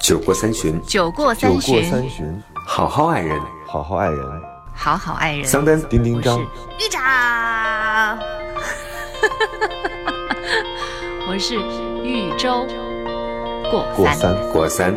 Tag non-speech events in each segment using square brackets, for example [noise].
酒过三巡，酒过酒三过巡，三巡，好好爱人。好好爱人。好好爱人。桑丹，丁丁张，玉长， [laughs] 我是豫州过过三。三。果三，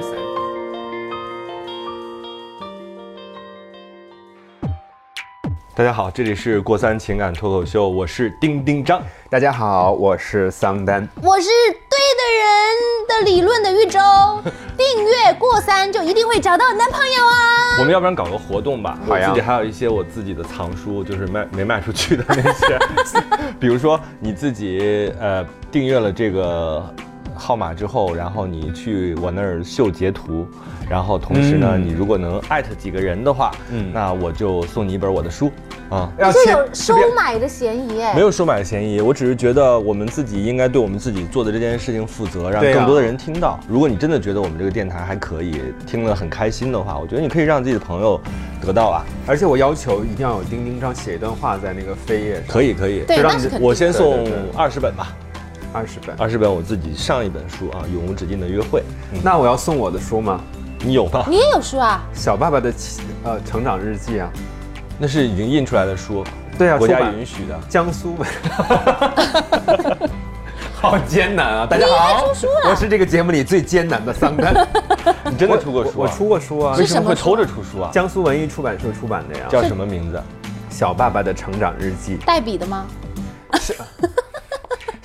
大家好，这里是过三情感脱口秀，我是丁丁张。大家好，我是桑丹。我是对的人的理论的玉州， [laughs] 订阅过三就一定会找到男朋友啊！我们要不然搞个活动吧？好呀我自己还有一些我自己的藏书，就是卖没卖出去的那些， [laughs] 比如说你自己呃订阅了这个号码之后，然后你去我那儿秀截图，然后同时呢，嗯你如果能艾特几个人的话，嗯那我就送你一本我的书啊。要这签有收买的嫌疑哎没，有收买的嫌疑，我只是觉得我们自己应该对我们自己做的这件事情负责，让对啊更多的人听到。如果你真的觉得我们这个电台还可以，听了很开心的话，我觉得你可以让自己的朋友得到啊，而且我要求一定要有丁丁张写一段话在那个扉页上，可以可以。对，就让那是你肯定。我先送对对对二十本吧，二十本。二十本我自己上一本书啊，《永无止境的约会》，那我要送我的书吗？你有吗？你也有书啊？小爸爸的起呃成长日记啊，那是已经印出来的书，对啊国出家版允许的。江苏 [laughs] 文。好艰难啊！大家好，我是这个节目里最艰难的桑丹。你真的 [laughs] 出过书、啊我我出过书啊为，是什什么么会偷着出书啊？江苏文艺出版社出版的呀，叫叫《什么名字？ [laughs] 小爸爸的成长日记》。代笔的吗？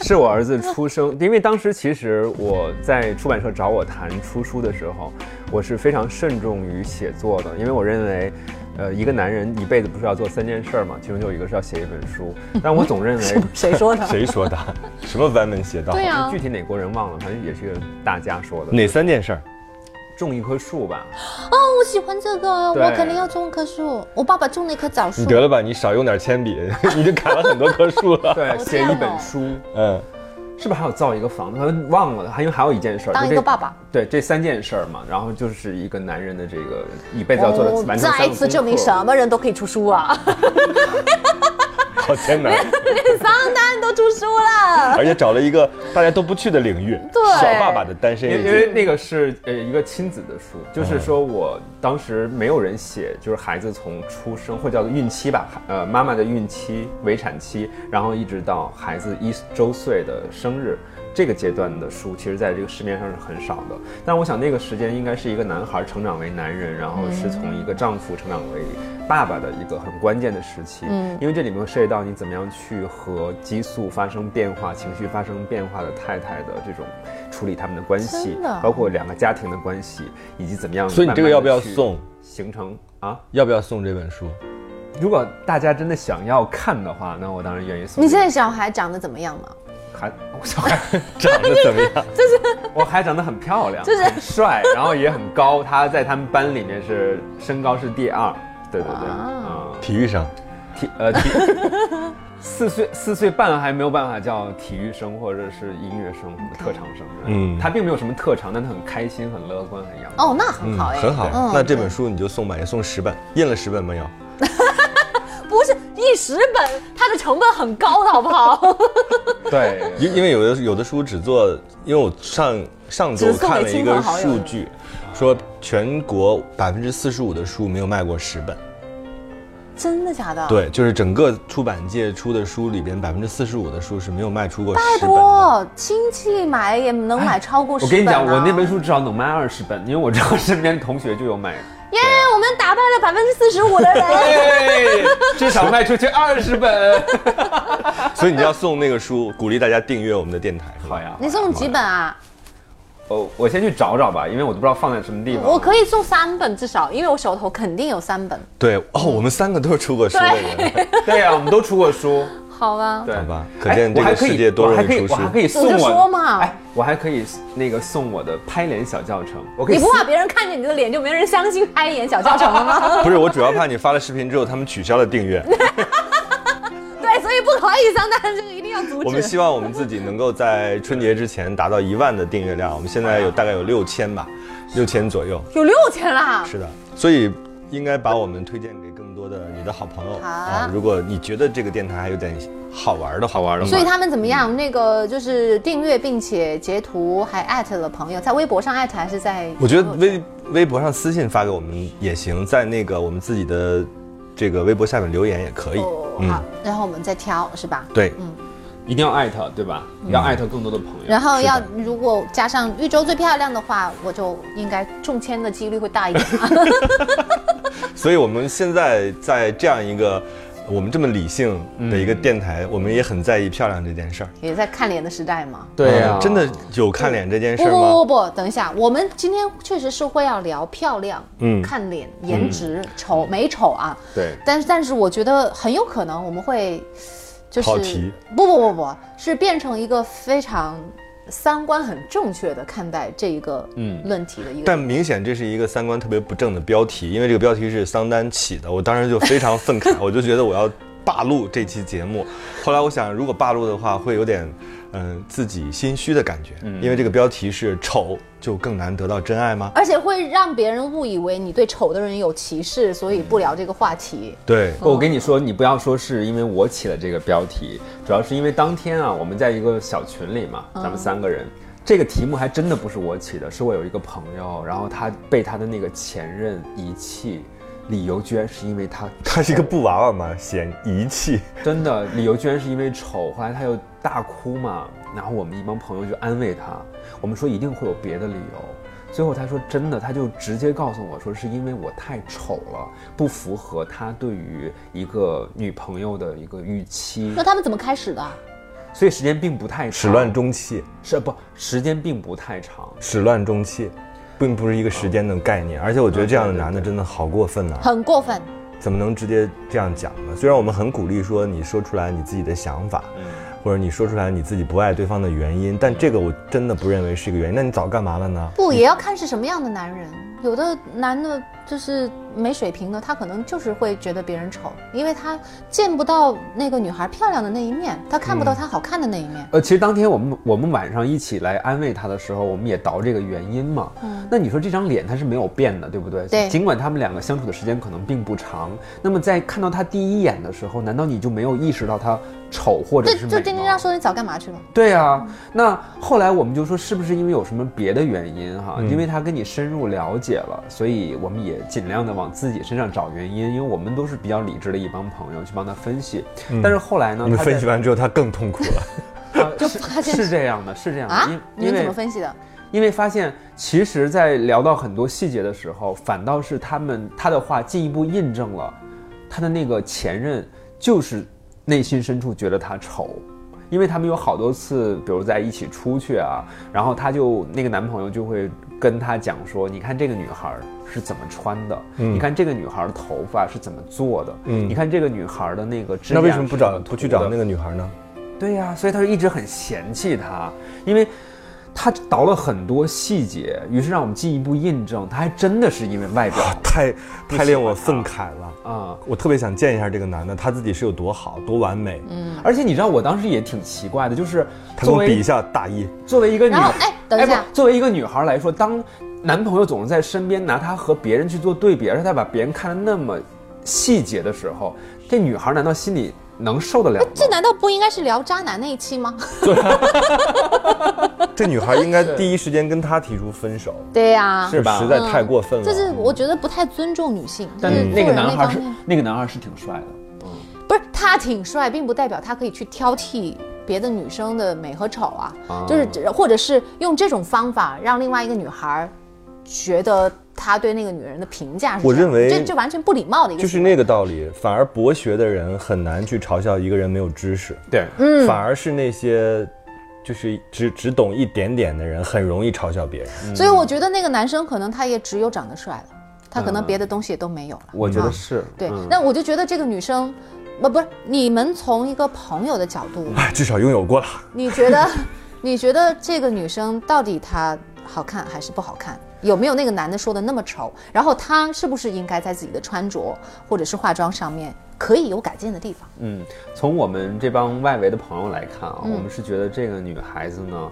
是我儿子出生， [laughs] 因为当时其实我在出版社找我谈出书的时候，我是非常慎重于写作的，因为我认为，呃，一个男人一辈子不是要做三件事儿嘛，其中就有一个是要写一本 [laughs] 书，但我总认为谁说的？谁说的？什么歪门邪道？对啊具，体哪国人忘了，反正也是个大家说的，哪三件事儿？种一棵树吧，哦，我喜欢这个，对我肯定要种棵树。我爸爸种了一棵枣树你，得了吧，你少用点铅笔， [laughs] 你就砍了很多棵树了。对， [laughs] 哦写一本书，嗯，是不是还有造一个房子？好像忘了，还有还有一件事儿，当就一这个爸爸，对，这三件事儿嘛，然后就是一个男人的这个一辈子要做的完成三个功课、哦再一次证明什么人都可以出 [laughs] 书啊！好艰难，桑丹都出书了，而且找了一个大家都不去的领域，对小爸爸的单身因为日因为记。那个是呃一个亲子的书，就是说我当时没有人写，就是孩子从出生或叫做孕期吧，呃妈妈的孕期、围产期，然后一直到孩子一周岁的生日这个阶段的书，其实在这个市面上是很少的。但我想那个时间应该是一个男孩成长为男人，然后是从一个丈夫成长为爸爸的一个很关键的时期，嗯因为这里面会涉及到你怎么样去和激素发生变化、情绪发生变化的太太的这种处理他们的关系真的，包括两个家庭的关系，以及怎么样。所以你这个要不要送？形成啊？要不要送这本书？如果大家真的想要看的话，那我当然愿意送。你现在小孩长得怎么样嘛？还我小孩，长得怎么样？ [laughs] 我还长得很漂亮，就是很帅， [laughs] 然后也很高。他在他们班里面是身高是第二。对对对，哇嗯，体育生，体呃体四岁四岁半还没有办法叫体育生或者是音乐生什么特长生，嗯嗯，他并没有什么特长，但他很开心、很乐观、很阳光。哦，那很好哎，很好。嗯那这本书你就送吧，也送十本，印了十本没有？不是一十本，它的成本很高的好不好？ [laughs] 对， [laughs] 因因为有的有的书只做，因为我上上周只送给看了一亲个朋好友数据，说全国百分之四十五的书没有卖过十本。真的假的？。对，就是整个出版界出的书里边，百分之四十五的书是没有卖出过太十本的。哎多，亲戚买也能买超过十我本、跟啊你讲，我那本书至少能卖二十本，因为我知道身边同学就有买，耶我们打败了百分之四十 [laughs] 五的人。对，哎至少卖出去二十本。 [laughs] 所以你要送那个书，鼓励大家订阅我们的电台。是吧好呀，你送几本啊？哦，我先去找找吧，因为我都不知道放在什么地方。我可以送三本至少，因为我手头肯定有三本。对哦，我们三个都是出过书的人， [laughs] 对呀、我们都出过 [laughs] 书，好啊，对好吧哎可见这个我还可以世界多容易我还可以出书我还可以送我就我说嘛哎，我还可以那个送我的拍脸小教程，我可以你不怕别人看着你的脸就没人相信拍眼小教程 [laughs] 了 [laughs] 吗？不是我主要怕你发了视频之后他们取消了订 [laughs] 阅。对，所以不可以上当，这个一定要阻我们止。希望我们自己能够在春节之前达到一万的订阅量，我们现在有大概有六千吧，六千左右。有六千啦，是的，所以应该把我们推荐给更多的你的好朋友啊好啊。如果你觉得这个电台还有点好玩的话好玩的话所以他们怎么样？那个就是订阅并且截图，还艾特了朋友，在微博上艾特还是在？我觉得微微博上私信发给我们也行，在那个我们自己的这个微博下面留言也可以。哦嗯好，然后我们再挑是吧？对，一定要艾特，对吧？要艾特更多的朋友。嗯然后要是的如果加上豫州最漂亮的话，我就应该中签的几率 [laughs] 会大一点。所以我们现在在这样一个我们这么理性的一个电台，嗯我们也很在意漂亮这件事儿。也在看脸的时代嘛。对呀、嗯真的有看脸这件事不儿不吗？不不，等一下，我们今天确实是会要聊漂亮，嗯看脸、颜值、丑美丑啊。对但是但是我觉得很有可能我们会，就是跑题不不不不，是变成一个非常三观很正确的看待这一个嗯论题的一个。但明显这是一个三观特别不正的标题，因为这个标题是桑丹起的，我当时就非常愤 [laughs] 慨，我就觉得我要罢录这期节目。后来我想，如果罢录的话，会有点，嗯、自己心虚的感觉，嗯因为这个标题是丑，就更难得到真爱吗？而且会让别人误以为你对丑的人有歧视，所以不聊这个话题。对，我跟你说，你不要说是因为我起了这个标题，主要是因为当天啊，我们在一个小群里嘛，咱们三个人。这个题目还真的不是我起的，是我有一个朋友，然后他被他的那个前任遗弃，理由居然是因为他他是一个布娃娃嘛，显遗弃。真的理由居然是因为丑，后来他又大哭嘛，然后我们一帮朋友就安慰他，我们说一定会有别的理由，最后他说真的，他就直接告诉我说是因为我太丑了，不符合他对于一个女朋友的一个预期那，他们怎么开始的啊？所以时间并不太长，始乱终弃，是不时间并不太长，始乱终弃，并不是一个时间的概念。而且我觉得这样的啊男的真的好过分呐、很过分。怎么能直接这样讲呢？虽然我们很鼓励说你说出来你自己的想法，嗯或者你说出来你自己不爱对方的原因，但这个我真的不认为是一个原因。那你早干嘛了呢？啊不，也要看是什么样的男人。有的男的就是没水平的，他可能就是会觉得别人丑，因为他见不到那个女孩漂亮的那一面，他看不到她好看的那一面。呃，其实当天我们我们晚上一起来安慰他的时候，我们也倒这个原因嘛。那你说这张脸它是没有变的，对不对？嗯对尽管他们两个相处的时间可能并不长，那么在看到他第一眼的时候，难道你就没有意识到他丑或者对，嗯是美就吗？丁丁让说你早干嘛去了？对啊，那后来我们就说，是不是因为有什么别的原因哈、嗯因为他跟你深入了解了，所以我们也尽量的往自己身上找原因，因为我们都是比较理智的一帮朋友去帮他分析。但是后来嗯呢，你们他在分析完之后，他更痛苦了。啊 [laughs] 就是发现是这样的，是这样的，啊因？你因们为怎么分析的？因为发现，其实，在聊到很多细节的时候，反倒是他们他的话进一步印证了他的那个前任就是内心深处觉得他丑，因为他们有好多次，比如在一起出去啊，然后他就那个男朋友就会跟他讲说，你看这个女孩儿是怎么穿的，嗯你看这个女孩儿的头发是怎么做的，你看这个女孩儿的那个指那为甲什么不是找怎不去涂的找那个女孩呢？对呀、所以他就一直很嫌弃他，因为他倒了很多细节，于是让我们进一步印证，他还真的是因为外表啊太太令我愤慨了。啊、我特别想见一下这个男的，他自己是有多好、多完美。而且你知道，我当时也挺奇怪的，就是他跟作我比一为下大意，作为一个女，然后哎等一下不作为一个女孩来说，当男朋友总是在身边拿她和别人去做对比，而且他把别人看得那么细节的时候，这女孩难道心里能受得了吗？哎这难道不应该是聊渣男那一期吗？这女孩 [laughs] 应该第一时间跟他提出分手，对呀、是吧实在太过分了。嗯嗯就是我觉得不太尊重女性。但就是那做个人男孩方是面那个男孩是挺帅的，不是他挺帅，并不代表他可以去挑剔别的女生的美和丑啊，啊就是或者是用这种方法让另外一个女孩儿觉得他对那个女人的评价是我这样认为这这完全不礼貌的一个就是行为，那个道理，反而博学的人很难去嘲笑一个人没有知识，对，反而是那些就是只只懂一点点的人，很容易嘲笑别人。所以我觉得那个男生可能他也只有长得帅了，他可能嗯别的东西也都没有了。我觉啊得是，对嗯，那我就觉得这个女生。呃不不是，你们从一个朋友的角度，哎，至少拥有过了。你觉得， [laughs] 你觉得这个女生到底她好看还是不好看？有没有那个男的说的那么丑？然后她是不是应该在自己的穿着或者是化妆上面可以有改进的地方？嗯，从我们这帮外围的朋友来看嗯啊，我们是觉得这个女孩子呢，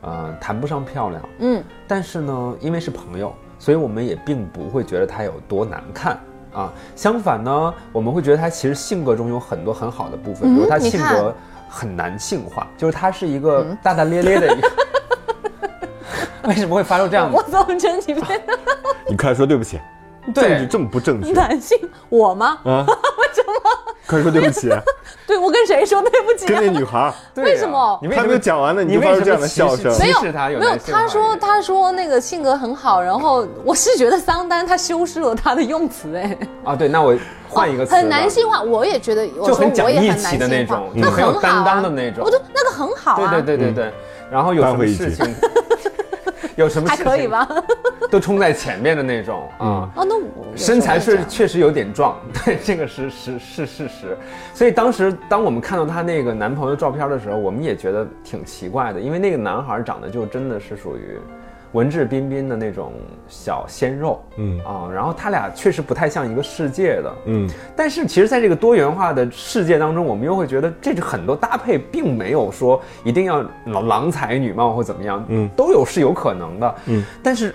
呃，谈不上漂亮，嗯，但是呢，因为是朋友，所以我们也并不会觉得她有多难看啊、啊。相反呢，我们会觉得他其实性格中有很多很好的部分，比如嗯他你性看嗯格很男性化，就是他是一个大大咧咧的 [laughs] 一个。为什么会发出这样我总觉得你变得你快说对不起，对啊政治这么不 [laughs] 正确男性，[laughs] 我吗？啊？快说对不起，对，我跟谁说对不起啊？跟那女孩儿，对为呀什么你还没有有讲完呢你你就为发出什这样么的歧笑视声歧没有视他有没有男，性化他一说点他说那个性格很好，然后我是觉得桑丹他修饰了他的用词，哎， [laughs] 啊，对，那我换一个词、哦很男。性化，我也觉得，我就说很讲我也义很气的男那性化种，那就很很有好担当的啊那种我就那个很好对啊，对对对对，然后有什扳么回一事局情， [laughs] 有什么还事情可以吧？都冲在前面的那种啊。哦，那我身材是是确实有点壮， [laughs] 对，这个是是是事实。所以当时当我们看到她那个男朋友照片的时候，我们也觉得挺奇怪的，因为那个男孩长得就真的是属于文质彬彬的那种小鲜肉，嗯啊、然后他俩确实不太像一个世界的，嗯，但是其实，在这个多元化的世界当中，我们又会觉得这很多搭配并没有说一定要郎才女貌或怎么样，嗯都有是有可能的，嗯。但是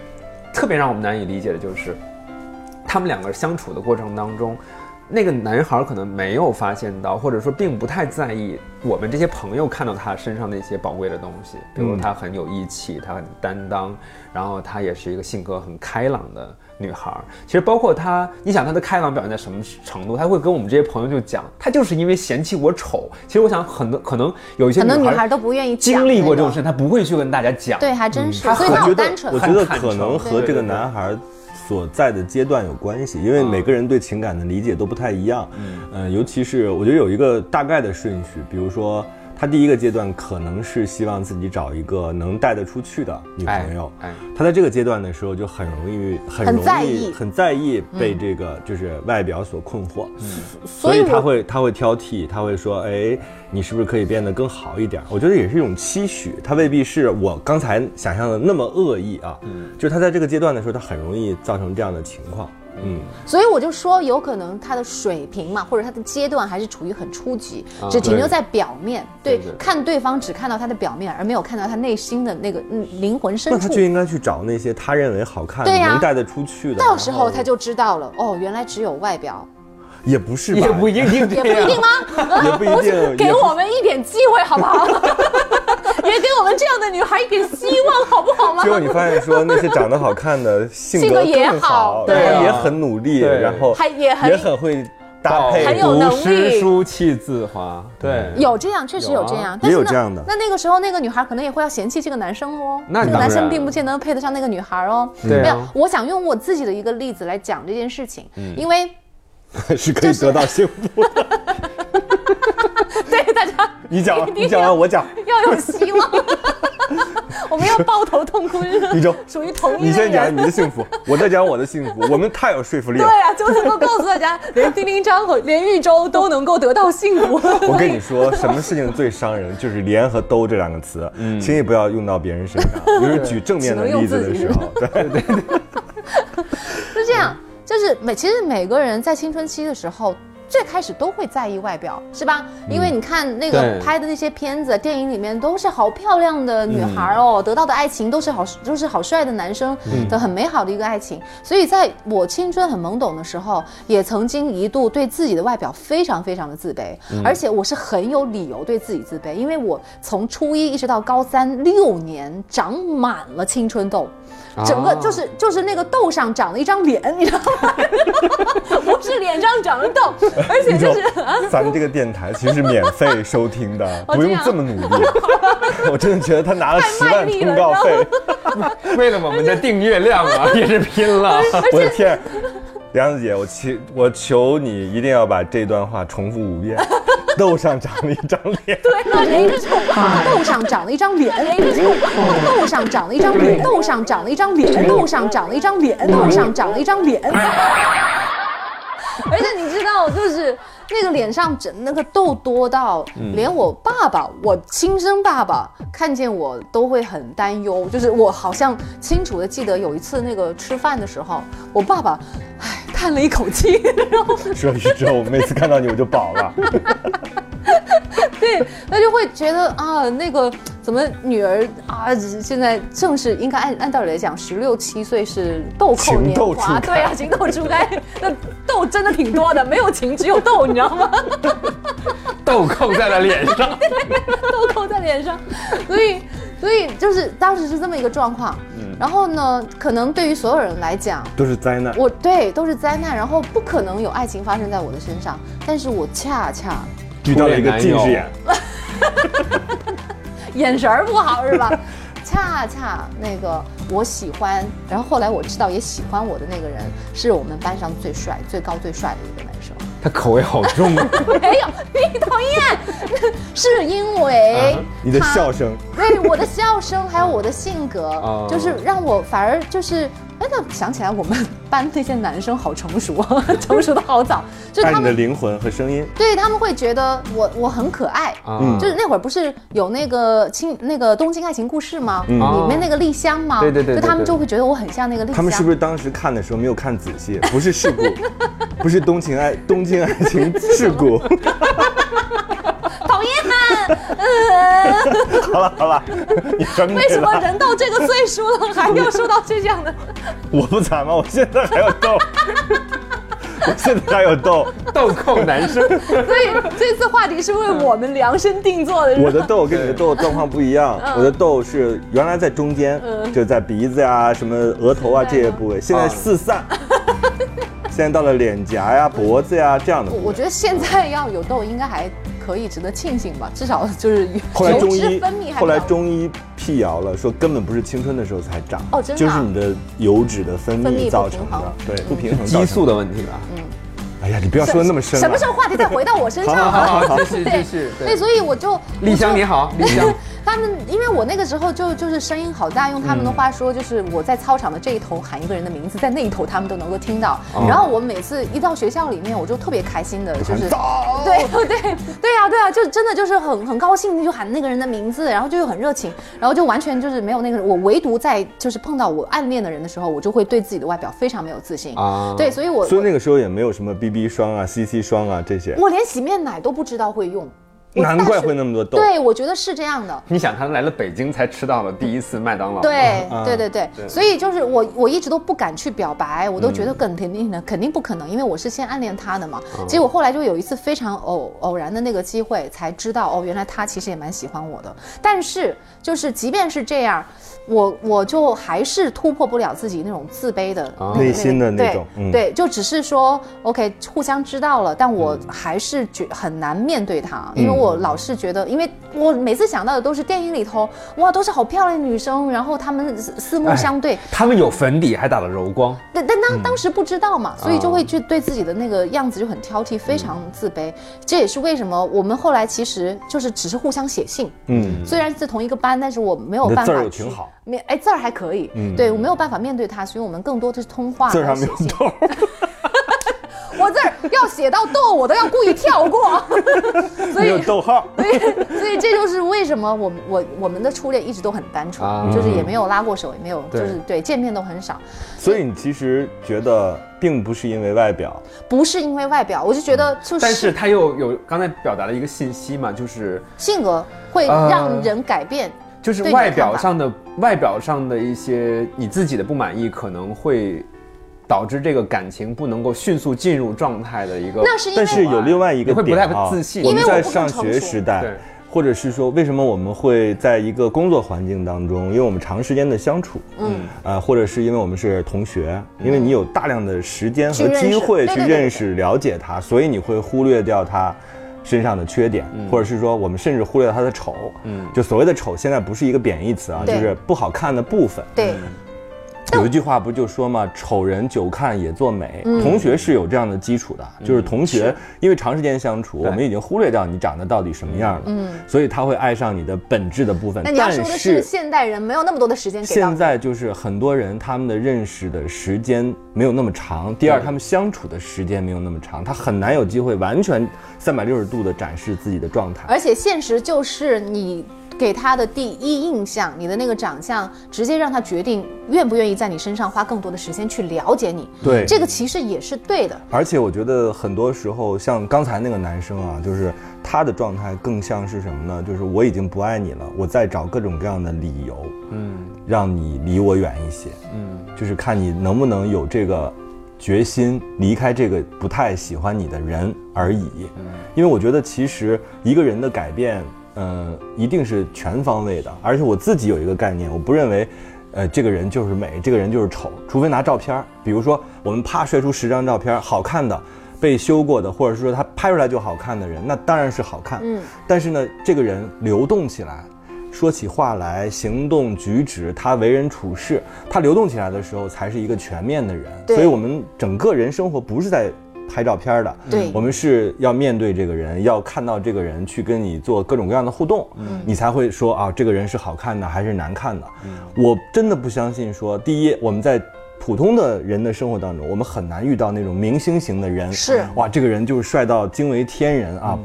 特别让我们难以理解的就是，他们两个相处的过程当中，那个男孩可能没有发现到，或者说并不太在意我们这些朋友看到他身上的一些宝贵的东西，比如嗯他很有义气，他很担当，然后她也是一个性格很开朗的女孩儿。其实包括她，你想她的开朗表现在什么程度？她会跟我们这些朋友就讲，她就是因为嫌弃我丑。其实我想很多可能有一些很多女孩孩儿都不愿意讲经历过这种那事，她不会去跟大家讲。个，对，还真是，她所以我很他好嗯觉单得纯我啊。觉得很坦可能诚和对啊这个对对男孩所在的阶段有关系，因为每个人对情感的理解都不太一样。嗯，尤其是我觉得有一个大概的顺序，比如说他第一个阶段可能是希望自己找一个能带得出去的女哎朋友，哎，他在这个阶段的时候就很容易很很容在易意很在意嗯被这个就是外表所困惑。所所以以他我会他会挑剔，他会说，哎，你是不是可以变得更好一点？我觉得也是一种期许，他未必是我刚才想象的那么恶意啊。嗯，就是他在这个阶段的时候，他很容易造成这样的情况。嗯，所以我就说，有可能他的水平嘛，或者他的阶段还是处于很初级，啊只停留在表面，对，对对对看对方只看到他的表面，而没有看到他内心的那个嗯灵魂深那他处就。应该去找那些他认为好看、对呀啊能带得出去的。到时然候后他就知道了，哦，原来只有外表，也不是吧，也不一 [laughs] 定这也不一样定。吗？ [laughs] 也不一定 [laughs] 给也不我们一点机会好不好？ [laughs] 也给我们这样的女孩一点希望好不好吗结？果你发现说那些长得好看的性性格格也更好好，对然后啊也很努力，对然后还也很也很会搭饱配，很有能读力诗书气自华，对，有这样，确实有这有样，啊啊但是也有那这样的那那个时候，那个女孩可能也会要嫌弃这个男生哦。那这个当男生然并不见得配得上那个女孩哦。对啊没有，我想用我自己的一个例子来讲这件事情，嗯因为 [laughs] [laughs] 是可以得到幸福。对大家你讲完，一定你讲完，我讲。要有希望， [laughs] 我们要抱头痛哭，你就属于同一你类先讲人你。的幸福，我再讲我的幸福，我们太有说服力对了。啊，就能够告诉大家，连丁丁张和连豫州都能够得到幸福。我跟你说，什么事情最伤人，就是“连”和“兜”这两个词，轻易不要用到别人身上。比如举正面的例子的时候，对对对，是这样，就是每其实每个人在青春期的时候。最开始都会在意外表，是吧？因为你看那个对拍的那些片子、电影里面，都是好漂亮的女孩哦，得到的爱情都是好，都是好帅的男生的很美好的一个爱情。所以在我青春很懵懂的时候，也曾经一度对自己的外表非常非常的自卑，而且我是很有理由对自己自卑，因为我从初一一直到高三六年长满了青春痘，整个啊就是就是那个痘上长了一张脸，你知道吗？ [laughs] 不是脸上长了痘，而且你就说是啊咱们这个电台其实是免费收听的，哦不用这样这么努力。我真的觉得他拿了十卖万力通了告费，为了我们的订阅量 [laughs] 啊，也是拼了。我的天！杨子姐，我求我求你一定要把这段话重复五 [laughs] 遍。豆上长了一张脸，对，人是痘上长了一张脸，痘上长了一张脸，痘上长了一张脸，痘上长了一张脸，痘上长了一张脸。而且你知道，就是那个脸上整那个痘多到，连我爸爸，我亲生爸爸看见我都会很担忧。就是我好像清楚的记得有一次那个吃饭的时候，我爸爸，唉，叹了一口气，然后说是之后，我每次看到你我就饱了。 [laughs] 对，他就会觉得啊，那个怎么女儿啊，现在正是应该按按道理来讲，十六七岁是豆蔻情年窦初华，开对啊，情窦初开，那豆真的挺多的，没有情只有豆，你知道吗？豆蔻在了脸上。豆蔻在脸上，所以所以就是当时是这么一个状况。嗯然后呢，可能对于所有人来讲，都是灾难。我对都是灾难，然后不可能有爱情发生在我的身上，但是我恰恰遇到了一个近视眼，眼神儿不好是 [laughs] 吧？恰恰那个我喜欢，然后后来我知道也喜欢我的那个人，是我们班上最帅、最高、最帅的一个男生。他口味好重啊！ [laughs] 没有，你讨厌，是因 [laughs] 为你的他笑声，对我的笑声，还有我的 [laughs] 性格哦，就是让我反而就是，哎，那想起来我们班那些男生好成熟，啊， [laughs] 成熟的好早，就是爱他你的们灵魂和声音。对他们会觉得我我很可爱。嗯 [laughs] 啊，就是那会儿不是有那个青那个《东京爱情故事》吗？嗯里面那个丽香吗？对对对对就他对们就会觉得我很像那个丽香。他们是不是当时看的时候没有看仔细？不是事故，不是东情爱 [laughs] 东京爱情事 [laughs] 故。讨厌啊？呃，好了好了，你转给为什么了，人到这个岁数了还要说到这样 [laughs] 的？我不惨吗？我现在还有 [laughs] 痘，我现在还有痘，豆蔻男生，所以这次话题是为我们量身定做的。是吧我的痘跟你的痘状况不一样，嗯我的痘是原来在中间，就在鼻子呀、什么额头啊这些部位，现嗯在四散，现在到了脸颊呀、脖子呀这样的部我位。我觉得现在要有痘，应该还可以值得庆幸吧，至少就是后来油中脂医分泌还比较后来中医辟谣了，说根本不是青春的时候才长，哦真的啊就是你的油脂的分分泌泌不造成平衡的，对，不平衡 [laughs] 激素的。的问题吧？哎呀，你不要说的那么深了。什么时候话题再回到我身上？好好好啊好，继续继续。对，所以我就丽香你。嗯好，丽香， [laughs] 他们，因为我那个时候就就是声音好大，用他们的话说，就是我在操场的这一头喊一个人的名字，在那一头他们都能够听到。哦然后我每次一到学校里面，我就特别开心的，就是对 [laughs] 对对对啊呀、对呀、就真的就是很很高兴，就喊那个人的名字，然后就很热情，然后就完全就是没有那个人。我唯独在就是碰到我暗恋的人的时候，我就会对自己的外表非常没有自信啊对，所以我所以那个时候也没有什么 BB 霜啊、CC 霜啊这些，我连洗面奶都不知道会用，我难但怪是会那么多痘。对，我觉得是这样的。你想他来了北京才吃到了第一次麦当劳，对啊对对对，所以就是我我一直都不敢去表白，我都嗯觉得肯肯定的肯定不可能，因为我是先暗恋他的嘛。嗯结果后来就有一次非常偶偶然的那个机会，才知道哦，原来他其实也蛮喜欢我的。但是就是即便是这样，我我就还是突破不了自己那种自卑的那个内心的那对种嗯对，就只是说 OK，互相知道了，但我还是觉很难面对他，因为嗯我。我老是觉得，因为我每次想到的都是电影里头，哇，都是好漂亮的女生，然后她哎们四四目相嗯对，他们有粉底，还打了柔光。但但当当时不知道嗯嘛，所以就会去对自己的那个样子就很挑剔，非常自卑。这也是为什么我们后来其实就是只是互相写信，嗯，虽然是同一个班，但是我没有你的办字法儿又去挺好，没哎字儿还可以，对我没有办法面对他，所以我们更多的是通话嗯字儿上和没写有信痘。 [laughs] 我字儿要写到逗，我都要故意跳过， [laughs] 所没有以逗号。所以，所以这就是为什么我们我我们的初恋一直都很单纯，啊就是嗯也没有拉过手，也没有就对是对见面都很少，所以你其实觉得并不是因为外表，不是因为外表，我就觉嗯得就是但是他又有刚才表达了一个信息嘛，就是性格会呃让人改变。就是对你的外表上的外表上的一些你自己的不满意，可能会导致这个感情不能够迅速进入状态的一个。那是因但是为有另外一个你会不点太啊自信我因们为我在不上成学熟时代对，或者是说为什么我们会在一个工作环境当中，因为我们长时间的相处，嗯，呃，或者是因为我们是同学，因嗯为你有大量的时间去和认识机会对去对对认识、了解他，所以你会忽略掉他。身上的缺点，嗯或者是说我们甚至忽略了他的丑，嗯，就所谓的丑，现在不是一个贬义词啊，就对是不好看的部分，对有一句话不就说嘛，丑人久看也作美。嗯同学是有这样的基础的，嗯就是同学因为长时间相处，我们已经忽略掉你长得到底什么样了，所以他会爱上你的本质的部分。嗯那你要说的但是现代人没有那么多的时间给到现，在就是很多人他们的认识的时间没有那么长，第二对他们相处的时间没有那么长，他很难有机会完全三百六十度的展示自己的状态。而且现实就是你。给他的第一印象，你的那个长相，直接让他决定愿不愿意在你身上花更多的时间去了解你。对这个其实也是对的。而且我觉得很多时候，像刚才那个男生啊，就是他的状态更像是什么呢？就是我已经不爱你了，我在找各种各样的理由，嗯让你离我远一些，嗯就是看你能不能有这个决心离开这个不太喜欢你的人而已。因为我觉得其实一个人的改变，呃，一定是全方位的。而且我自己有一个概念，我不认为，呃，这个人就是美，这个人就是丑，除非拿照片儿，比如说我们啪摔出十张照片儿，好看的。被修过的，或者说他拍出来就好看的人，那当然是好看。嗯，但是呢，这个人流动起来，说起话来，行动举止，他为人处事，他流动起来的时候，才是一个全面的人。对所以我们整个人生活不是在拍照片儿的，对嗯我们是要面对这个人，要看到这个人去跟你做各种各样的互动，嗯你才会说啊，这个人是好看的还是难看的。我真的不相信说，第一，我们在。普通的人的生活当中，我们很难遇到那种明星型的人，是嗯哇，这个人就是帅到惊为天人啊！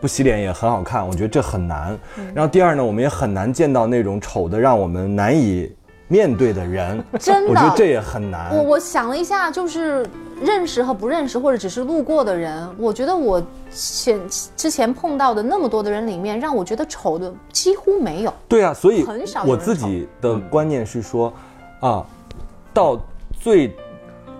不洗脸也很好看，我觉得这很难。然后第二呢，我们也很难见到那种丑的让我们难以面对的人， [laughs] 真的我觉得这也很难。我我想了一下，就是认识和不认识，或者只是路过的人，我觉得我前之前碰到的那么多的人里面，让我觉得丑的几乎没有。对啊，所以很少有我人自己的观念是说，啊，到最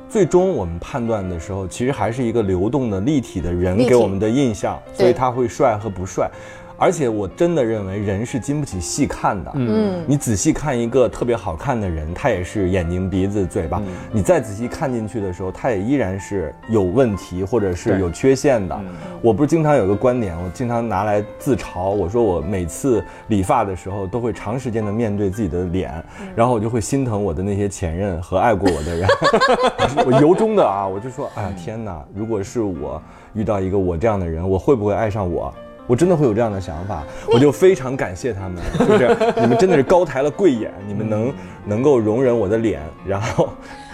最终我们判断的时候，其实还是一个流动的、立体的人立体给我们的印象，对所以他会帅和不帅。而且我真的认为人是经不起细看的，嗯，你仔细看一个特别好看的人，他也是眼睛、鼻子、嘴嗯巴，你再仔细看进去的时候，他也依然是有问题或者是对有缺陷的。嗯我不是经常有个观点，我经常拿来自嘲，我说我每次理发的时候都会长时间的面对自己的脸，嗯然后我就会心疼我的那些前任和爱过我的人。我由衷的啊，我就说，哎呀天哪，如果是我遇到一个我这样的人，我会不会爱上我？我真的会有这样的想法，我就非常感谢他们，就是你们真的是高抬了贵眼，你们能能够容忍我的脸，然后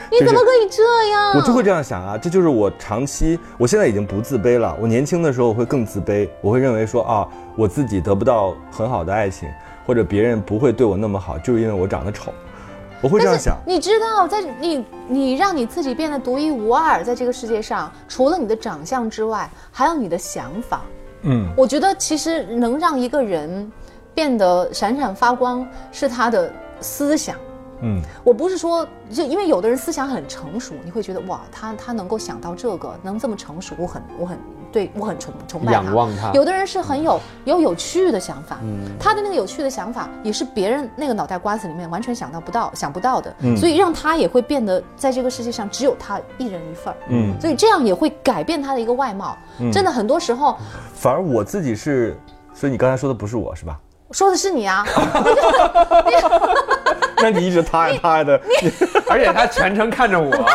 你怎么就是可以这样？我就会这样想啊，这就是我长期，我现在已经不自卑了。我年轻的时候我会更自卑，我会认为说啊，我自己得不到很好的爱情，或者别人不会对我那么好，就是因为我长得丑，我会这样想。你知道，在你你让你自己变得独一无二，在这个世界上，除了你的长相之外，还有你的想法。嗯，我觉得其实能让一个人变得闪闪发光，是他的思想。嗯，我不是说，就因为有的人思想很成熟，你会觉得哇，他他能够想到这个，能这么成熟，我很我很对我很崇崇拜他，仰望他有的人是很有有有趣的想法，他的那个有趣的想法也是别人那个脑袋瓜子里面完全想到不到、想不到的，所以让他也会变得在这个世界上只有他一人一份儿，嗯所以这样也会改变他的一个外貌。真的，很多时候反而我自己是，所以你刚才说的不是我是吧？ [laughs] 说的是你啊， [laughs] 那你一直他呀他呀的，而且他全程看着我，你怎么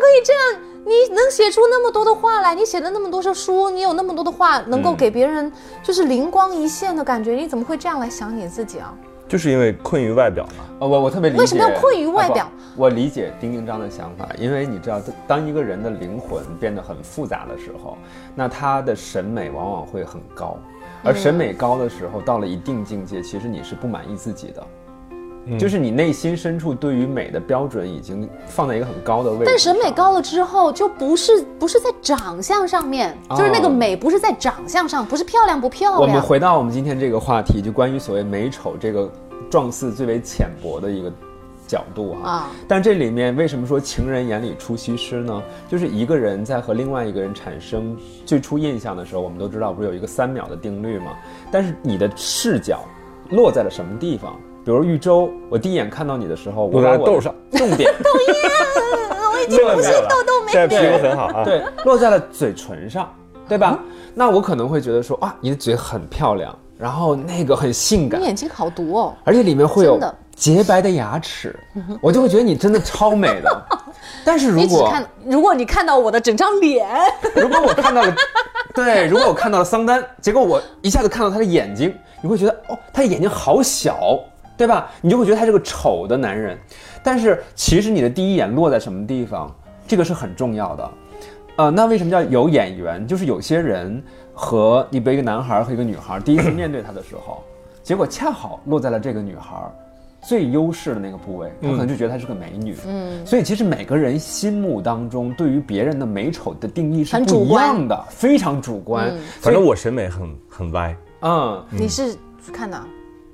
可以这样？你能写出那么多的话来，你写了那么多的书，你有那么多的话能够给别人就是灵光一现的感觉，你怎么会这样来想你自己啊？就是因为困于外表嘛。呃，我我特别理解为什么要困于外表啊不我理解丁丁章的想法，因为你知道，当一个人的灵魂变得很复杂的时候，那他的审美往往会很高，嗯而审美高的时候，到了一定境界，其实你是不满意自己的。就是你内心深处对于美的标准已经放在一个很高的位置，但审美，高了之后，就不是不是在长相上面，哦就是那个美不是在长相上，不是漂亮不漂我们亮。回到我们今天这个话题，就关于所谓美丑这个状似最为浅薄的一个角度哈、啊但这里面为什么说情人眼里出西施呢？就是一个人在和另外一个人产生最初印象的时候，我们都知道不是有一个三秒的定律吗？但是你的视角落在了什么地方？比如玉州，我第一眼看到你的时候，我落在把我的豆上，重点 [laughs] 我已经现在不没是有了豆豆美，现在皮肤很好啊。对，落在了嘴唇上，对吧？那我可能会觉得说啊，你的嘴很漂亮，然后那个很性感你，眼睛好毒哦。而且里面会有真的嗯洁白的牙齿，我就会觉得你真的超美 [laughs] 的。但是如你只果看，如果你看到我的整张脸， [laughs] 如果我看到了，对，如果我看到了桑丹，结果我一下子看到他的眼睛，你会觉得哦，他的眼睛好小，对吧？你就会觉得他是个丑的男人。但是其实你的第一眼落在什么地方，这个是很重要的。呃，那为什么叫有眼缘？就是有些人和你比如一个男孩和一个女孩第一次面对他的时候，结果恰好落在了这个女孩最优势的那个部位，他可能就觉得她是个美女。 [laughs] 嗯，所以其实每个人心目当中对于别人的美丑的定义是很不主一观样的，非常主观。反正我审美很很歪，嗯，你是看哪？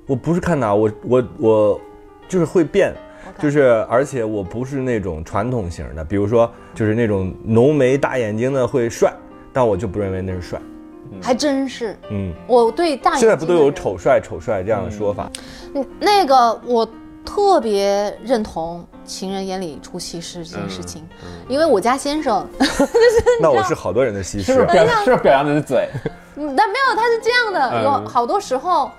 我不是看哪，我我我就是会变。看就是，而且我不是那种传统型的，比如说，就是那种浓眉大眼睛的会帅，但我就不认为那是帅。还真是，嗯，我对大眼现在不都有睛的人丑帅、丑帅这样的说法？嗯那个我特别认同“情人眼里出西施”这件事情，因为我家先生，那我是好多人的西是不施是。表是不是表扬你的嘴？嗯但没有他是这样的，嗯有好多时候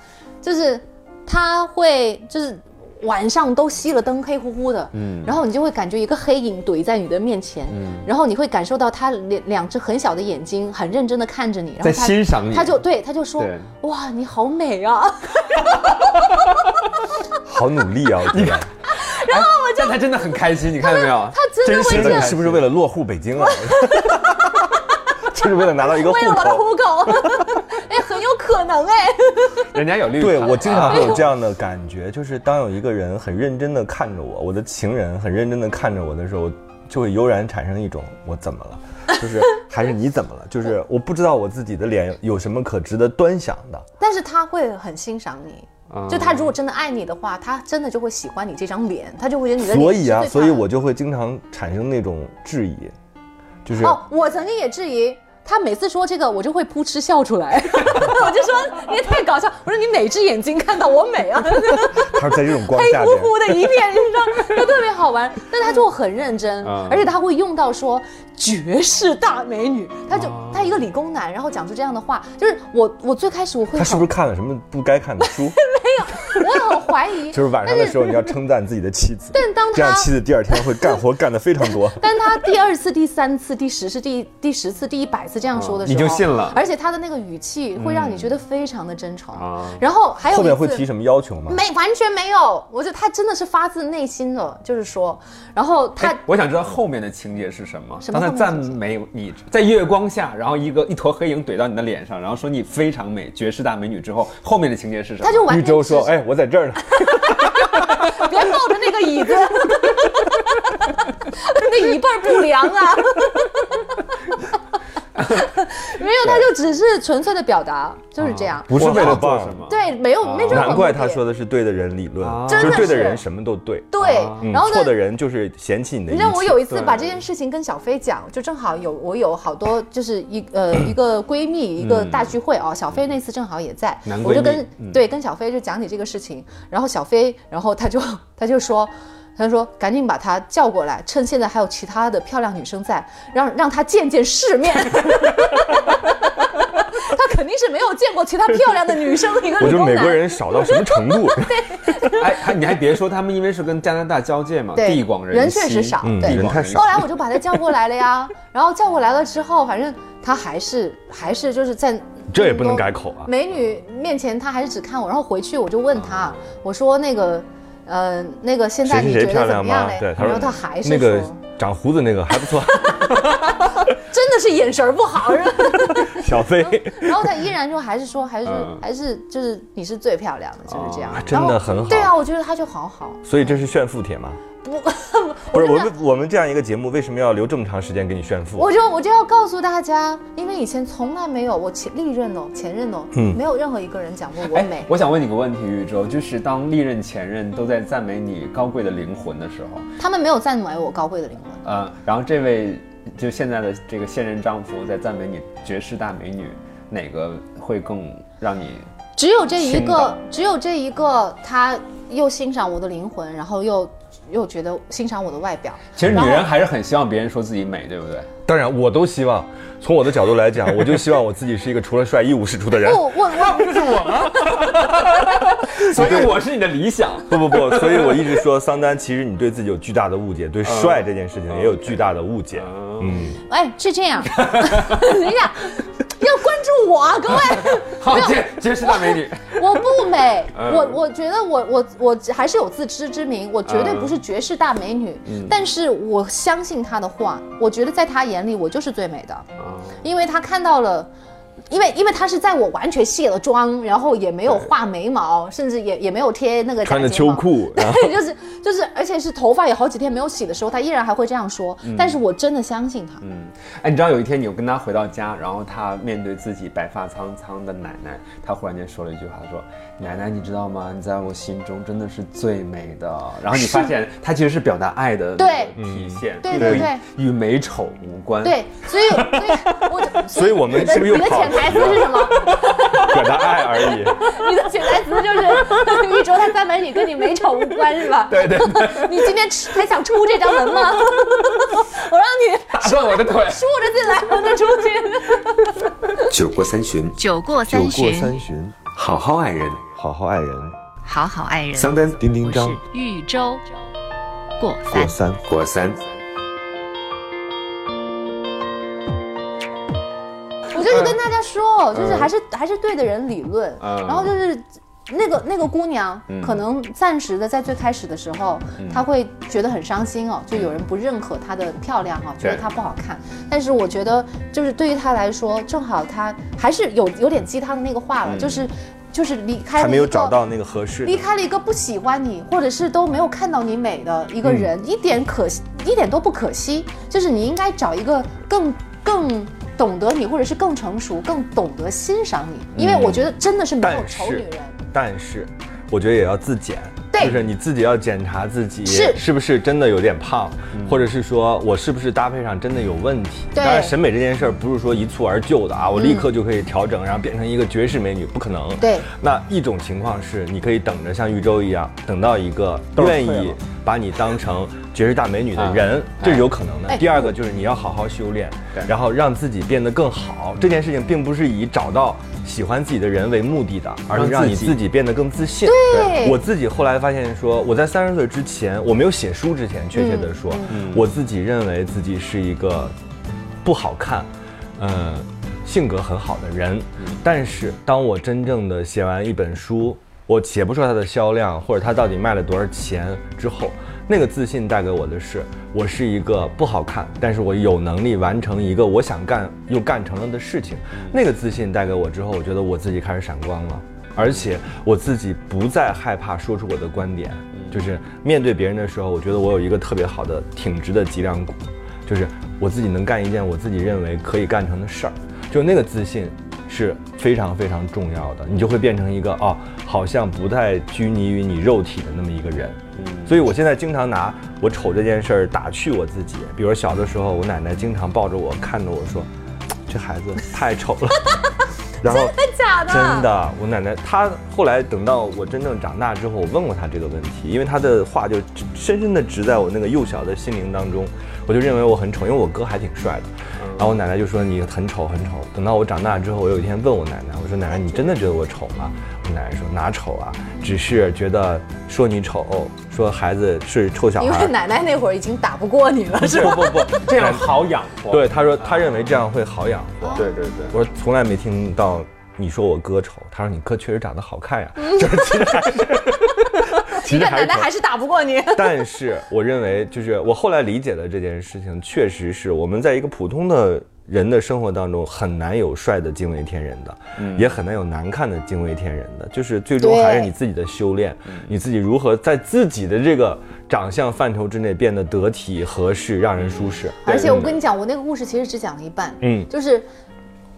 就是他会就是。晚上都熄了灯，黑乎乎的，嗯，然后你就会感觉一个黑影怼在你的面前，嗯然后你会感受到他两两只很小的眼睛很认真的看着你，然后在他欣赏你他就对他就说对，哇，你好美 [laughs] 啊，好努力啊！你看，但他真的很开心，你看到没有？他真的会真这心样的，是不是为了落户北京 [laughs] 啊？就是为了拿到一个户为了我的口。[laughs] 户口，哎，很有可能哎，人家有绿卡。对我经常会有这样的感觉，就是当有一个人很认真的看着我，我的情人很认真的看着我的时候，就会悠然产生一种我怎么了，就是还是你怎么了，就是我不知道我自己的脸有什么可值得端详的。但是他会很欣赏你。啊嗯就他如果真的爱你的话，他真的就会喜欢你这张脸，他就会觉得你的脸所以啊，是最所以漂亮我就会经常产生那种质疑，就是哦，我曾经也质疑他每次说这个，我就会扑哧笑出来， [laughs] 我就说你也太搞笑，我说你哪只眼睛看到我美啊，他在这种 [laughs] 光 [laughs] 黑下乎边，乎的一片，你知道，就特别好 [laughs] 玩。但他就很认真，啊嗯而且他会用到说绝世大美女，他就啊哦他一个理工男，然后讲出这样的话，就是我我最开始我会他是很不是看了什么不该看的书？ [laughs] 我很怀 [laughs] 疑，就是晚上的时候你要称赞自己的妻子，但当他这样妻子第二天会干活干得非常多。但他第二次、第三次、第十次、第第十次、第一百次这样说的时候，哎你啊就信了而且他的那个语气会让你觉得非常的真诚。啊然后 [laughs] 还有嗯后一面次会提什么要求吗？没完全没有，我觉得他真的是发自内心的，就是说，然后他哎我想知道后面的情节是什么。什么当后他面赞情节美你，在月光下，然后一个一坨黑影怼到你的脸上，然后说你非常美，绝世大美女之后，后面的情节是什么？他就完玉全州说：“只是哎，我在这儿呢。别抱着那个椅子， [laughs] 那椅背儿不良啊。 [laughs] 没有，他就只是纯粹的表达，就是这样。 [laughs] 不是我为了好做棒什么？对，没有，没准啊难怪他说。说的是对的人理论啊，就是对的真的人是什么都对，对啊，嗯然后呢错？的人就是嫌弃你的一你切。知道我有一次对把这件事情跟小飞讲，就正好有我有好多就是一呃一 [clears throat] 个闺蜜一个大聚会啊、小飞那次正好也在嗯男，我就闺蜜嗯跟、对跟小飞就讲起这个事情，然后小飞，然后他就他就说。他说：“赶紧把她叫过来，趁现在还有其他的漂亮女生在，让让她见见世面。 [laughs] 她肯定是没有见过其他漂亮的女生，一个我理觉得工美国男。人少到什么程 [laughs] 度？ [laughs] [laughs] 哎，还你还别说，他们因为是跟加拿大交界嘛，对地广人稀，确实少嗯对地人广太稀少后来我就把他叫过来了 [laughs] 呀，然后叫过来了之后，反正他还是还是就是在这也不能改口啊美女面前他还是只看我，然后回去我就问啊他，我说那个。呃，那个现在谁你谁觉谁得漂怎亮么样吗嘞？？”啊对，他然说后他还是那个说长胡子那个还不 [laughs] 错，真的是眼神儿 [laughs] 不好。然后小飞然后他依然就还是说，还是嗯还是就是你是最漂亮的，就是这样哦。真的很好。对啊，我觉得他就好好。所以这是炫富帖吗？不，不是我们我们这样一个节目为什么要留这么长时间给你炫富？我就我就要告诉大家，因为以前从来没有我前历任哦，前任哦，嗯没有任何一个人讲过我哎美，。我想问你个问题，宇宙，就是当历任前任都在赞美你高贵的灵魂的时候，他们没有赞美我高贵的灵魂。呃，然后这位就现在的这个现任丈夫在赞美你绝世大美女，哪个会更让你？只有这一欣赏个，只有这一个，他又欣赏我的灵魂，然后又又觉得欣赏我的外表。其实女然后人还是很希望别人说自己美，对不对？当然，我都希望，从我的角度来讲，我就希望我自己是一个除了帅一无是处的人不，。哦我 [laughs] 我 [laughs] 所以我是你的理想。不不不，所以我一直说，桑丹，其实你对自己有巨大的误解，对帅这件事情也有巨大的误解。嗯嗯，我，哎，是这样。等一下，要关注我啊， [laughs] 各位。 [laughs] 好，结结识大美女。 [laughs] 我不美，嗯我我觉得我我我还是有自知之明，我绝对嗯不是绝世大美女，但是我相信她的话，我觉得在她眼里我就是最美的，啊因为她看到了。因为因为她是在我完全卸了妆，然后也没有画眉毛，甚至也也没有贴那个假穿着睫秋毛，裤，然后对， [laughs] 就是就是，而且是头发也好几天没有洗的时候，她依然还会这样说。嗯但是我真的相信她，嗯，哎，你知道有一天你跟他回到家，然后他面对自己白发苍苍的奶奶，他忽然间说了一句话，说：“奶奶，你知道吗？你在我心中真的是最美的。”然后你发现他其实是表达爱的对那个体现，对并对不对与美丑无关。， [laughs] 对，所以所以我就所以我们你的是不是又你的跑潜台词是什么？表达爱而 [laughs] 已。你的潜台词就是 [laughs] 玉卓他三美女跟你美丑无关是吧？对对你今天吃还想出这张门吗？ [laughs] 我让你打断我的腿。竖着进来，我再出去。酒过三巡，酒过酒三过巡，三巡，好好爱人。好好爱人，好好爱人。桑丹丁丁我张是豫州过过三。三。果三，我就是嗯跟大家说，就是还是、还是对的人理论，嗯然后就是。那个那个姑娘嗯可能暂时的在最开始的时候，嗯她会觉得很伤心哦，就有人不认可她的漂亮哈、哦觉得对她不好看。但是我觉得，就是对于她来说，正好她还是有有点鸡汤的那个话了，就是就是离开了嗯还没有一个找到那个合适离的，开了一个不喜欢你，或者是都没有看到你美的一个人，嗯一点可惜，一点都不可惜。就是你应该找一个更更懂得你，或者是更成熟、更懂得欣赏你。因为我觉得真的是没有嗯但丑是女人，但是我觉得也要自检，对就是你自己要检查自己是不是真的有点胖，或者是说我是不是搭配上真的有问题。对嗯当然，审美这件事儿不是说一蹴而就的啊，我立刻就可以调整，然后变成一个绝世美女，不可能。对那一种情况是，你可以等着像玉州一样，等到一个都愿退意了把你当成绝世大美女的人，这是有可能的。哎第二个就是你要好好修炼对，然后让自己变得更好。这件事情并不是以找到喜欢自己的人为目的的，而是让你自己变得更自信。对我自己后来发现说，我在三十岁之前，我没有写书之前，确切的说，我自己认为自己是一个不好看，呃，性格很好的人。但是当我真正的写完一本书，我且不说它的销量或者它到底卖了多少钱之后，那个自信带给我的是，我是一个不好看，但是我有能力完成一个我想干又干成了的事情。那个自信带给我之后，我觉得我自己开始闪光了。而且我自己不再害怕说出我的观点，就是面对别人的时候，我觉得我有一个特别好的挺直的脊梁骨，就是我自己能干一件我自己认为可以干成的事儿，就那个自信是非常非常重要的，你就会变成一个哦，好像不太拘泥于你肉体的那么一个人。所以我现在经常拿我丑这件事儿打趣我自己，比如小的时候，我奶奶经常抱着我看着我说，这孩子太丑 [laughs] 了。然后假的，真的，我奶奶她后来等到我真正长大之后，我问过她这个问题，因为她的话就深深的植在我那个幼小的心灵当中，我就认为我很丑，因为我哥还挺帅的。然后我奶奶就说你很丑很丑。等到我长大之后，我有一天问我奶奶，我说奶奶你真的觉得我丑吗？我奶奶说哪丑啊，只是觉得说你丑，说孩子是臭小因孩为。奶奶那会儿已经打不过你了，是吧？ [laughs] 不不不，这样好养活。对，她说她认为这样会好养活。对对对。我说从来没听到你说我哥丑，他说你哥确实长得好看呀，就是其你实看还是其实 [laughs] 奶奶还还是丑。是打不过你。但是我认为，就是我后来理解了这件事情，确实是我们在一个普通的人的生活当中，很难有帅的惊为天人的，嗯也很难有难看的惊为天人的，就是最终还是对你自己的修炼，嗯你自己如何在自己的这个长相范畴之内变得得体、合适、让人舒适。而且我跟你讲，我那个故事其实只讲了一半，嗯就是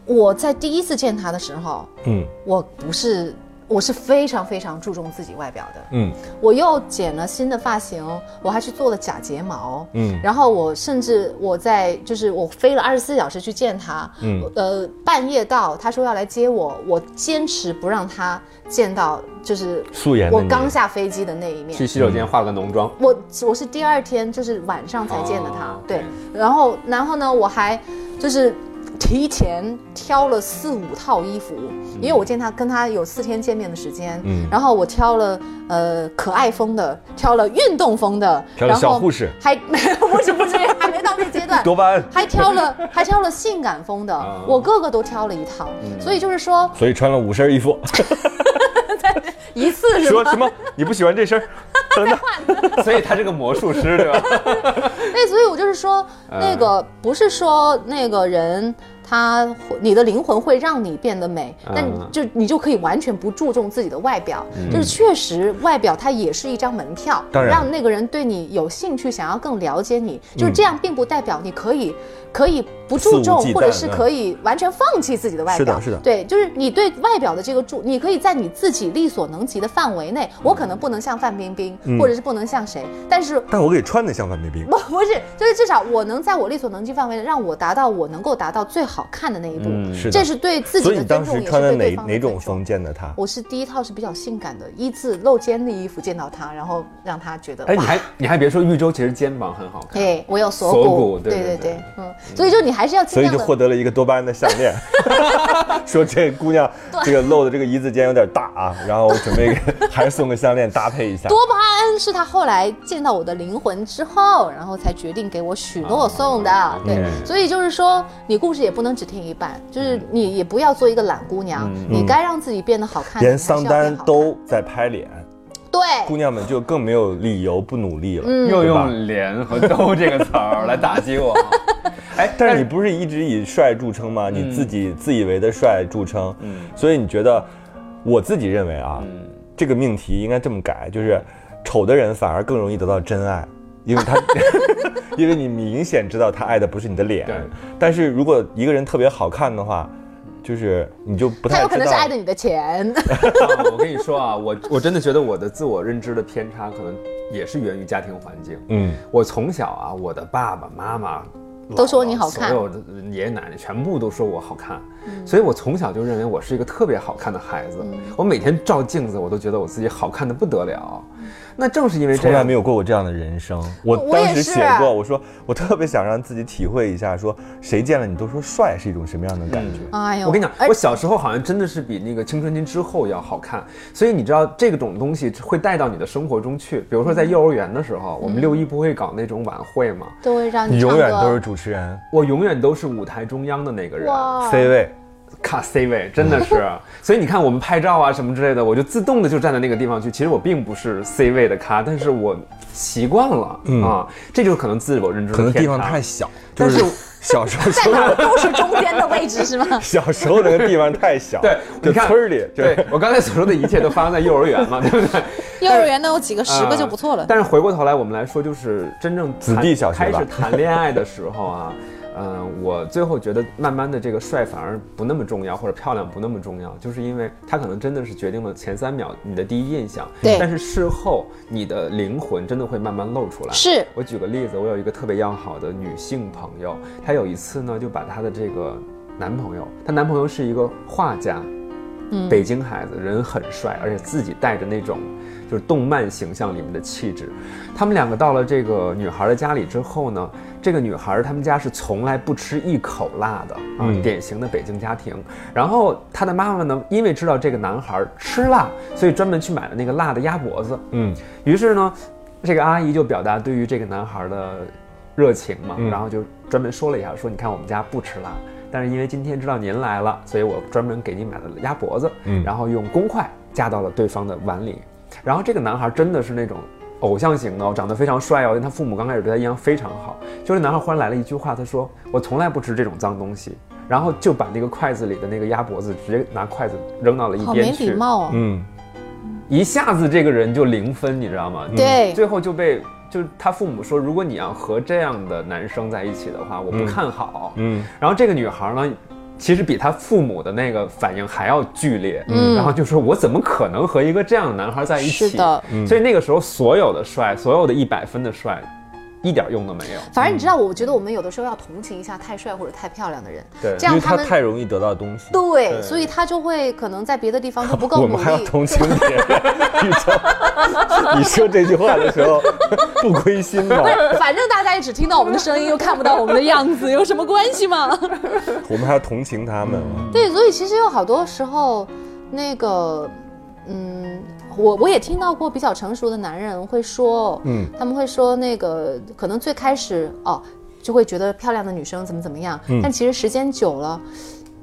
我在第一次见他的时候，嗯我不是，我是非常非常注重自己外表的。嗯我又剪了新的发型，我还去做了假睫毛，嗯然后我甚至我在就是我飞了二十四小时去见他，嗯呃，半夜到，他说要来接我，我坚持不让他见到，就是素颜的我你刚下飞机的那一面去。洗手间化了个浓妆，我我是第二天就是晚上才见的他，哦对 OK，然后然后呢，我还就是。提前挑了四五套衣服，因为我见他跟他有四天见面的时间，嗯然后我挑了呃可爱风的，挑了运动风的，挑了然后小护士还 [laughs] 没有不是不是还没到那阶段，多巴啊胺，还挑了还挑了性感风的，我个个都挑了一套，嗯所以就是说所以穿了五身衣服，一次是吧？说什么你不喜欢这身儿，等等，所以他这个魔术师对吧？哎，所以我就是说，嗯那个不是说那个人他会你的灵魂会让你变得美，那你嗯就你就可以完全不注重自己的外表，就是确实外表它也是一张门票，嗯当然让那个人对你有兴趣，想要更了解你，就是这样，并不代表你可以可以不注重嗯肆无忌惮，或者是嗯可以完全放弃自己的外是的表，是的对，就是你对外表的这个注，你可以在你自己力所能及的范围内，嗯我可能不能像范冰冰，或者是不能像谁，但是但我给穿的像范冰冰，不不是，就是至少我能在我力所能及范围内，让我达到我能够达到最好看的那一步。嗯嗯是这的。是对自己所以的你尊当重，时也是穿的对哪对方的哪种尊重风？见的他？我是第一套是比较性感的，一字露肩的衣服见到他，然后让他觉得哎，你哇，还你还别说，玉州其实肩膀很好看。对我有锁骨，锁骨对对对对对，嗯，所以就你还是要尽所以量就的，获得了一个多巴胺的项链， [laughs] 说这姑娘这个露的这个一字肩有点大啊，然后我准备 [laughs] 给还是送个项链搭配一下。多巴胺是他后来见到我的灵魂之后，然后才决定给我许哦诺送的。对，嗯所以就是说，你故事也不能只听一半，就是你也不要做一个懒姑娘，你该让自己变得好嗯看。连你还是要桑丹变好看都在拍脸，姑对，娘们就更没有理由不努力了。嗯又对吧用“脸”和“兜”这个词 [laughs] 儿来打击我。哎，但是你不是一直以帅著称吗？你嗯自己自以为的帅著称，嗯所以你觉得，我自己认为啊， [laughs] 嗯这个命题应该这么改，就是丑的人反而更容易得到真爱，因为 [laughs] 他，因为你明显知道他爱的不是你的脸对。但是如果一个人特别好看的话，就是你就不太他知道有可能是爱的你 [laughs] 的钱，啊我跟你说啊，我我真的觉得我的自我认知的偏差可能也是源于家庭环境。嗯，我从小啊，我的爸爸妈妈都说你好看嗯所有的爷爷奶奶全部都说我好看，所以我从小就认为我是一个特别好看的孩子。我每天照镜子，我都觉得我自己好看的不得了。嗯那正是因为这从来样没，有过我这样的人生。我我当也时是写过，我说我特别想让自己体会一下，说谁见了你都说帅是一种什么样的感觉。哎呦，我跟你讲，而我小时候好像真的是比那个青春期之后要好看，所以你知道这种东西会带到你的生活中去。比如说在幼儿园的时嗯候，我们六一不会搞那种晚会嘛，都会让你你永远唱歌都是主持人我永远都是舞台中央的那个人，哇啊 [laughs] C 位，卡 C 位，真的是。所以你看我们拍照啊什么之类的，我就自动的就站在那个地方去。其实我并不是 C 位的咖，但是我习惯了、啊，这就是可能自我认知嗯的可能地偏方差太小，就但是是小时候？在哪儿都是中间的位置是吗 [laughs] 小时候那个地方太小，对，就你看村儿里，就对我刚才所说的一切都发生在幼儿园嘛，对不对？幼儿园能有几个十嗯个就不错了啊。但是回过头来，我们来说，就是真正谈子弟小学开吧始谈恋爱的时候啊，嗯、我最后觉得慢慢的这个帅反而不那么重要，或者漂亮不那么重要，就是因为它可能真的是决定了前三秒你的第一印象，对但是事后你的灵魂真的会慢慢露出来。是我举个例子，我有一个特别要好的女性朋友，她有一次呢就把她的这个男朋友，她男朋友是一个画家，嗯北京孩子，人很帅，而且自己带着那种就是动漫形象里面的气质。他们两个到了这个女孩的家里之后呢，这个女孩他们家是从来不吃一口辣的啊，嗯典型的北京家庭。然后她的妈妈呢，因为知道这个男孩吃辣，所以专门去买了那个辣的鸭脖子。嗯，于是呢，这个阿姨就表达对于这个男孩的热情嘛，嗯然后就专门说了一下，说你看我们家不吃辣，但是因为今天知道您来了，所以我专门给您买了鸭脖子，嗯然后用公筷夹到了对方的碗里。然后这个男孩真的是那种偶像型的哦，长得非常帅哦，因为他父母刚开始对他印象非常好。就是男孩忽然来了一句话，他说：“我从来不吃这种脏东西。”然后就把那个筷子里的那个鸭脖子直接拿筷子扔到了一好边没去，礼貌哦。嗯，一下子这个人就零分，你知道嗯吗？对最后就被就是他父母说，如果你要和这样的男生在一起的话，我不看好。嗯，然后这个女孩呢，其实比她父母的那个反应还要剧烈，嗯然后就说我怎么可能和一个这样的男孩在一起？是的，所以那个时候所有的帅，所有的一百分的帅，一点用都没有。反正你知道，我觉得我们有的时候要同情一下太帅或者太漂亮的人，对这因样为他他们太容易得到东西。对，所以他就会可能在别的地方就不够 [laughs] 我努们还要力。同情别人，宇宙，你说这句话的时候不亏心 [laughs] 吗？反正大家也只听到我们的声音，又看不到我们的样子，有什么关系吗？我们还要同情他们。啊对，所以其实有好多时候，那个，嗯，我我也听到过比较成熟的男人会说，嗯嗯，他们会说那个，可能最开始哦，就会觉得漂亮的女生怎么怎么样，但其实时间久了，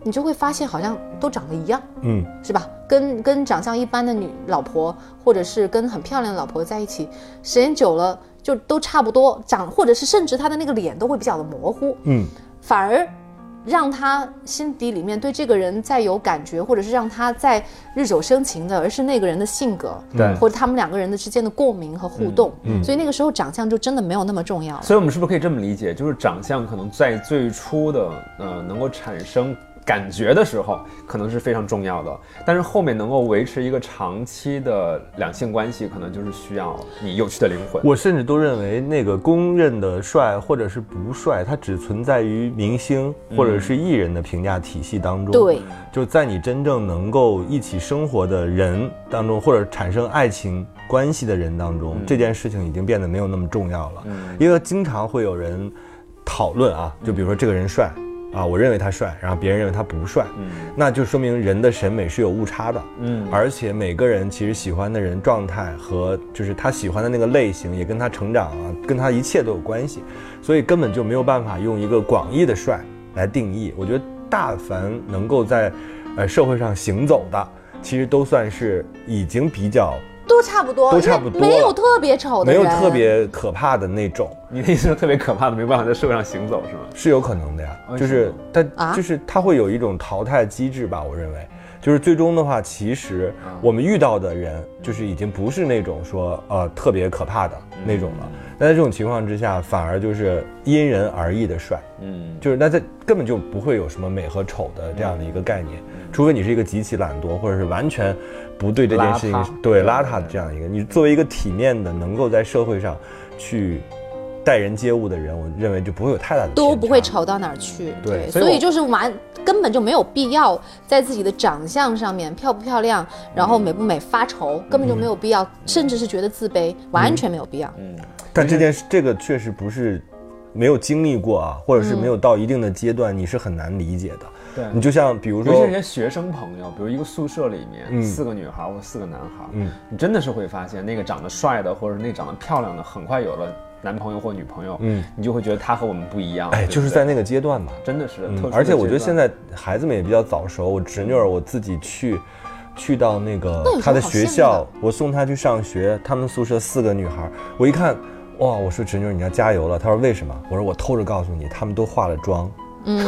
你就会发现好像都长得一样，嗯，是吧？跟跟长相一般的女老婆，或者是跟很漂亮的老婆在一起，时间久了就都差不多长，或者是甚至她的那个脸都会比较的模糊，嗯，反而让他心底里面对这个人再有感觉，或者是让他再日久生情的，而是那个人的性格，对或者他们两个人的之间的共鸣和嗯互动，所以那个时候长相就真的没有那么重要了。所以，我们是不是可以这么理解，就是长相可能在最初的呃能够产生感觉的时候，可能是非常重要的，但是后面能够维持一个长期的两性关系，可能就是需要你有趣的灵魂。我甚至都认为，那个公认的帅或者是不帅，它只存在于明星或者是艺人的评价体系当中。对，就在你真正能够一起生活的人当中，或者产生爱情关系的人当中，这件事情已经变得没有那么重要了。因为经常会有人讨论啊，就比如说这个人帅啊，我认为他帅，然后别人认为他不帅，那就说明人的审美是有误差的。嗯而且每个人其实喜欢的人状态和就是他喜欢的那个类型，也跟他成长啊，跟他一切都有关系，所以根本就没有办法用一个广义的帅来定义。我觉得大凡能够在呃社会上行走的，其实都算是已经比较都差不多，都差不多因为没有特别丑的没人，有特。别可怕的那种。你的意思是特别可怕的，没办法在社会上行走， [laughs] 是吗？是有可能的呀，为就什是么但啊就是它会有一种淘汰机制吧，我认为，就是最终的话，其实啊我们遇到的人就是已经不是那种说呃特别可怕的嗯那种了，那在这种情况之下，反而就是因人而异的帅，嗯，就是那在根本就不会有什么美和丑的这样的一个概念，嗯除非你是一个极其懒惰，或者是完全不对这件事情邋遢对邋遢的这样一个。你作为一个体面的，能够在社会上去待人接物的人，我认为就不会有太大的都偏不会差。丑到哪儿去，对所以所我以就是完根本就没有必要在自己的长相上面漂不漂亮，然嗯后美不美发愁，根本就没有必要，甚至是觉得自卑，嗯完全没有必要。但这件事，这个确实不是没有经历过啊，或者是没有到一定的阶段，你是很难理解的。嗯对你就像比如尤其说是一，些学生朋友，比如一个宿舍里面、嗯四个女孩或四个男孩，嗯你真的是会发现那个长得帅的，或者那个长得漂亮的，很快有了男朋友或女朋友，嗯你就会觉得他和我们不一样。哎，对不就是对在那个阶段吧。真的是，特殊嗯，的而且我觉得阶段现在孩子们也比较早熟，我侄女儿我自己去。去到那个那有什么她的好学羡慕校的，我送她去上学。她们宿舍四个女孩，我一看，哇！我说侄女儿你要加油了。她说为什么？我说我偷着告诉你，她们都化了妆， [laughs] 嗯，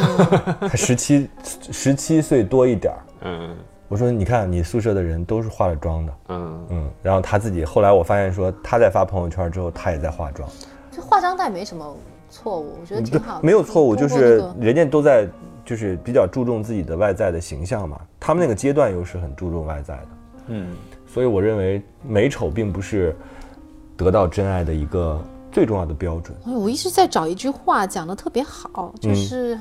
十七十七岁多一点儿。嗯我说你看你宿舍的人都是化了妆的，嗯，嗯，然后他自己后来我发现说，他在发朋友圈之后，他也在化妆，这化妆倒也没什么错误，我觉得挺好的。嗯没有错误，就通过这是个人家都在就是比较注重自己的外在的形象嘛，他们那个阶段又是很注重外在的，嗯，所以我认为美丑并不是得到真爱的一个最重要的标准，哎我一直在找一句话讲的特别好，嗯就是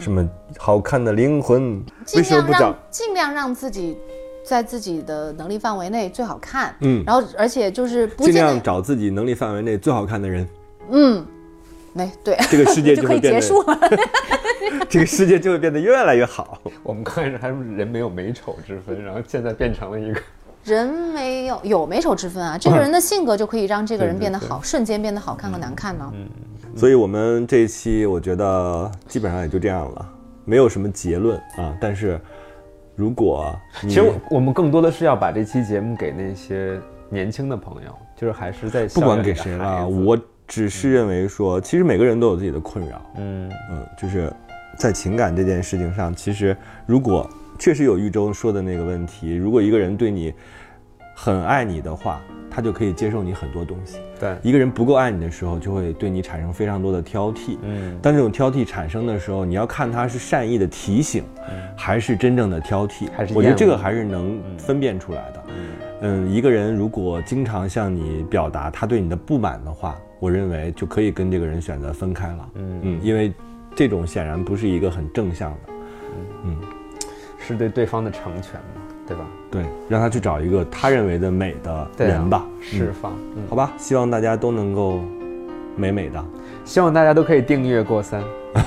什么好看的灵魂为嗯尽什么量不长让？尽量让自己在自己的能力范围内最好看。嗯然后而且就是不尽见量得找自己能力范围内最好看的人，没哎对，这个世界就 [laughs] 就可会以变结得，束了。这个世界就会变得越来越好。我们刚开始还是人没有美丑之分，然后现在变成了一个，人没有有美丑之分啊，这个人的性格就可以让这个人变得好，瞬间变得好看和难看呢、所以我们这一期我觉得基本上也就这样了，没有什么结论啊。但是如果你其实我我们更多的是要把这期节目给那些年轻的朋友，就是还是在不管校园里给的谁孩了，子我只是认为说，其实每个人都有自己的困扰，嗯嗯，就是在情感这件事情上，其实如果确实有玉州说的那个问题，如果一个人对你很爱你的话，他就可以接受你很多东西。对一个人不够爱你的时候，就会对你产生非常多的挑剔。嗯当这种挑剔产生的时候，你要看他是善意的提醒，还是真正的挑剔。嗯还是我觉得厌恶嗯这个还是能分辨出来的。嗯，一个人如果经常向你表达他对你的不满的话，我认为就可以跟这个人选择分开了。嗯嗯，因为这种显然不是一个很正向的。是对对方的成全嘛，对吧？对，让他去找一个他认为的美的对啊人吧。释放。嗯，好吧，希望大家都能够美美的。希望大家都可以订阅过三。 [laughs]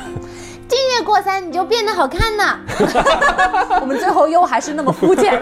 越过三你就变得好看呐。 [laughs] 我们最后又还是那么肤浅，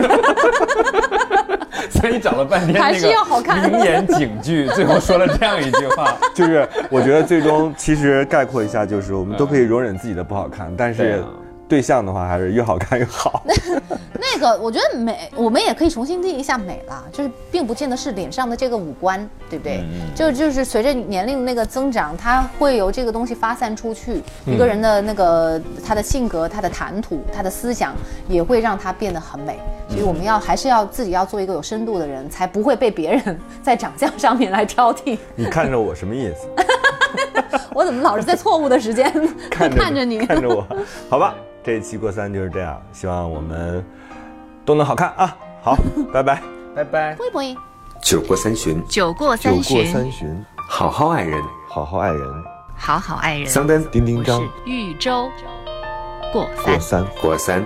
所以找了半天，还是要好看名言警句，最后说了这样一句话。 [laughs] 就是我觉得最终其实概括一下，就是我们都可以容忍自己的不好看，但对是啊对象的话还是越好看越 [laughs] 好。那个我觉得美，我们也可以重新定义一下美啦，就是并不见得是脸上的这个五官，对不对？就就是随着年龄的那个增长，它会由这个东西发散出去，一个人的那个他的性格、他的谈吐、他的思想，也会让他变得很美。所以我们要还是要自己要做一个有深度的人，才不会被别人 [laughs] 在长相上面来挑剔。你看着我什么意思？我怎么老是在错误的时间 [laughs] [laughs] 看着你？看着我， [laughs] 好吧。这一期过三就是这样，希望我们都能好看啊！好，拜拜。拜拜。不会。酒过三巡，酒过三巡，巡，好好爱人。好好爱人，好好爱人。桑丹丁丁我是豫州过过三。三。过三。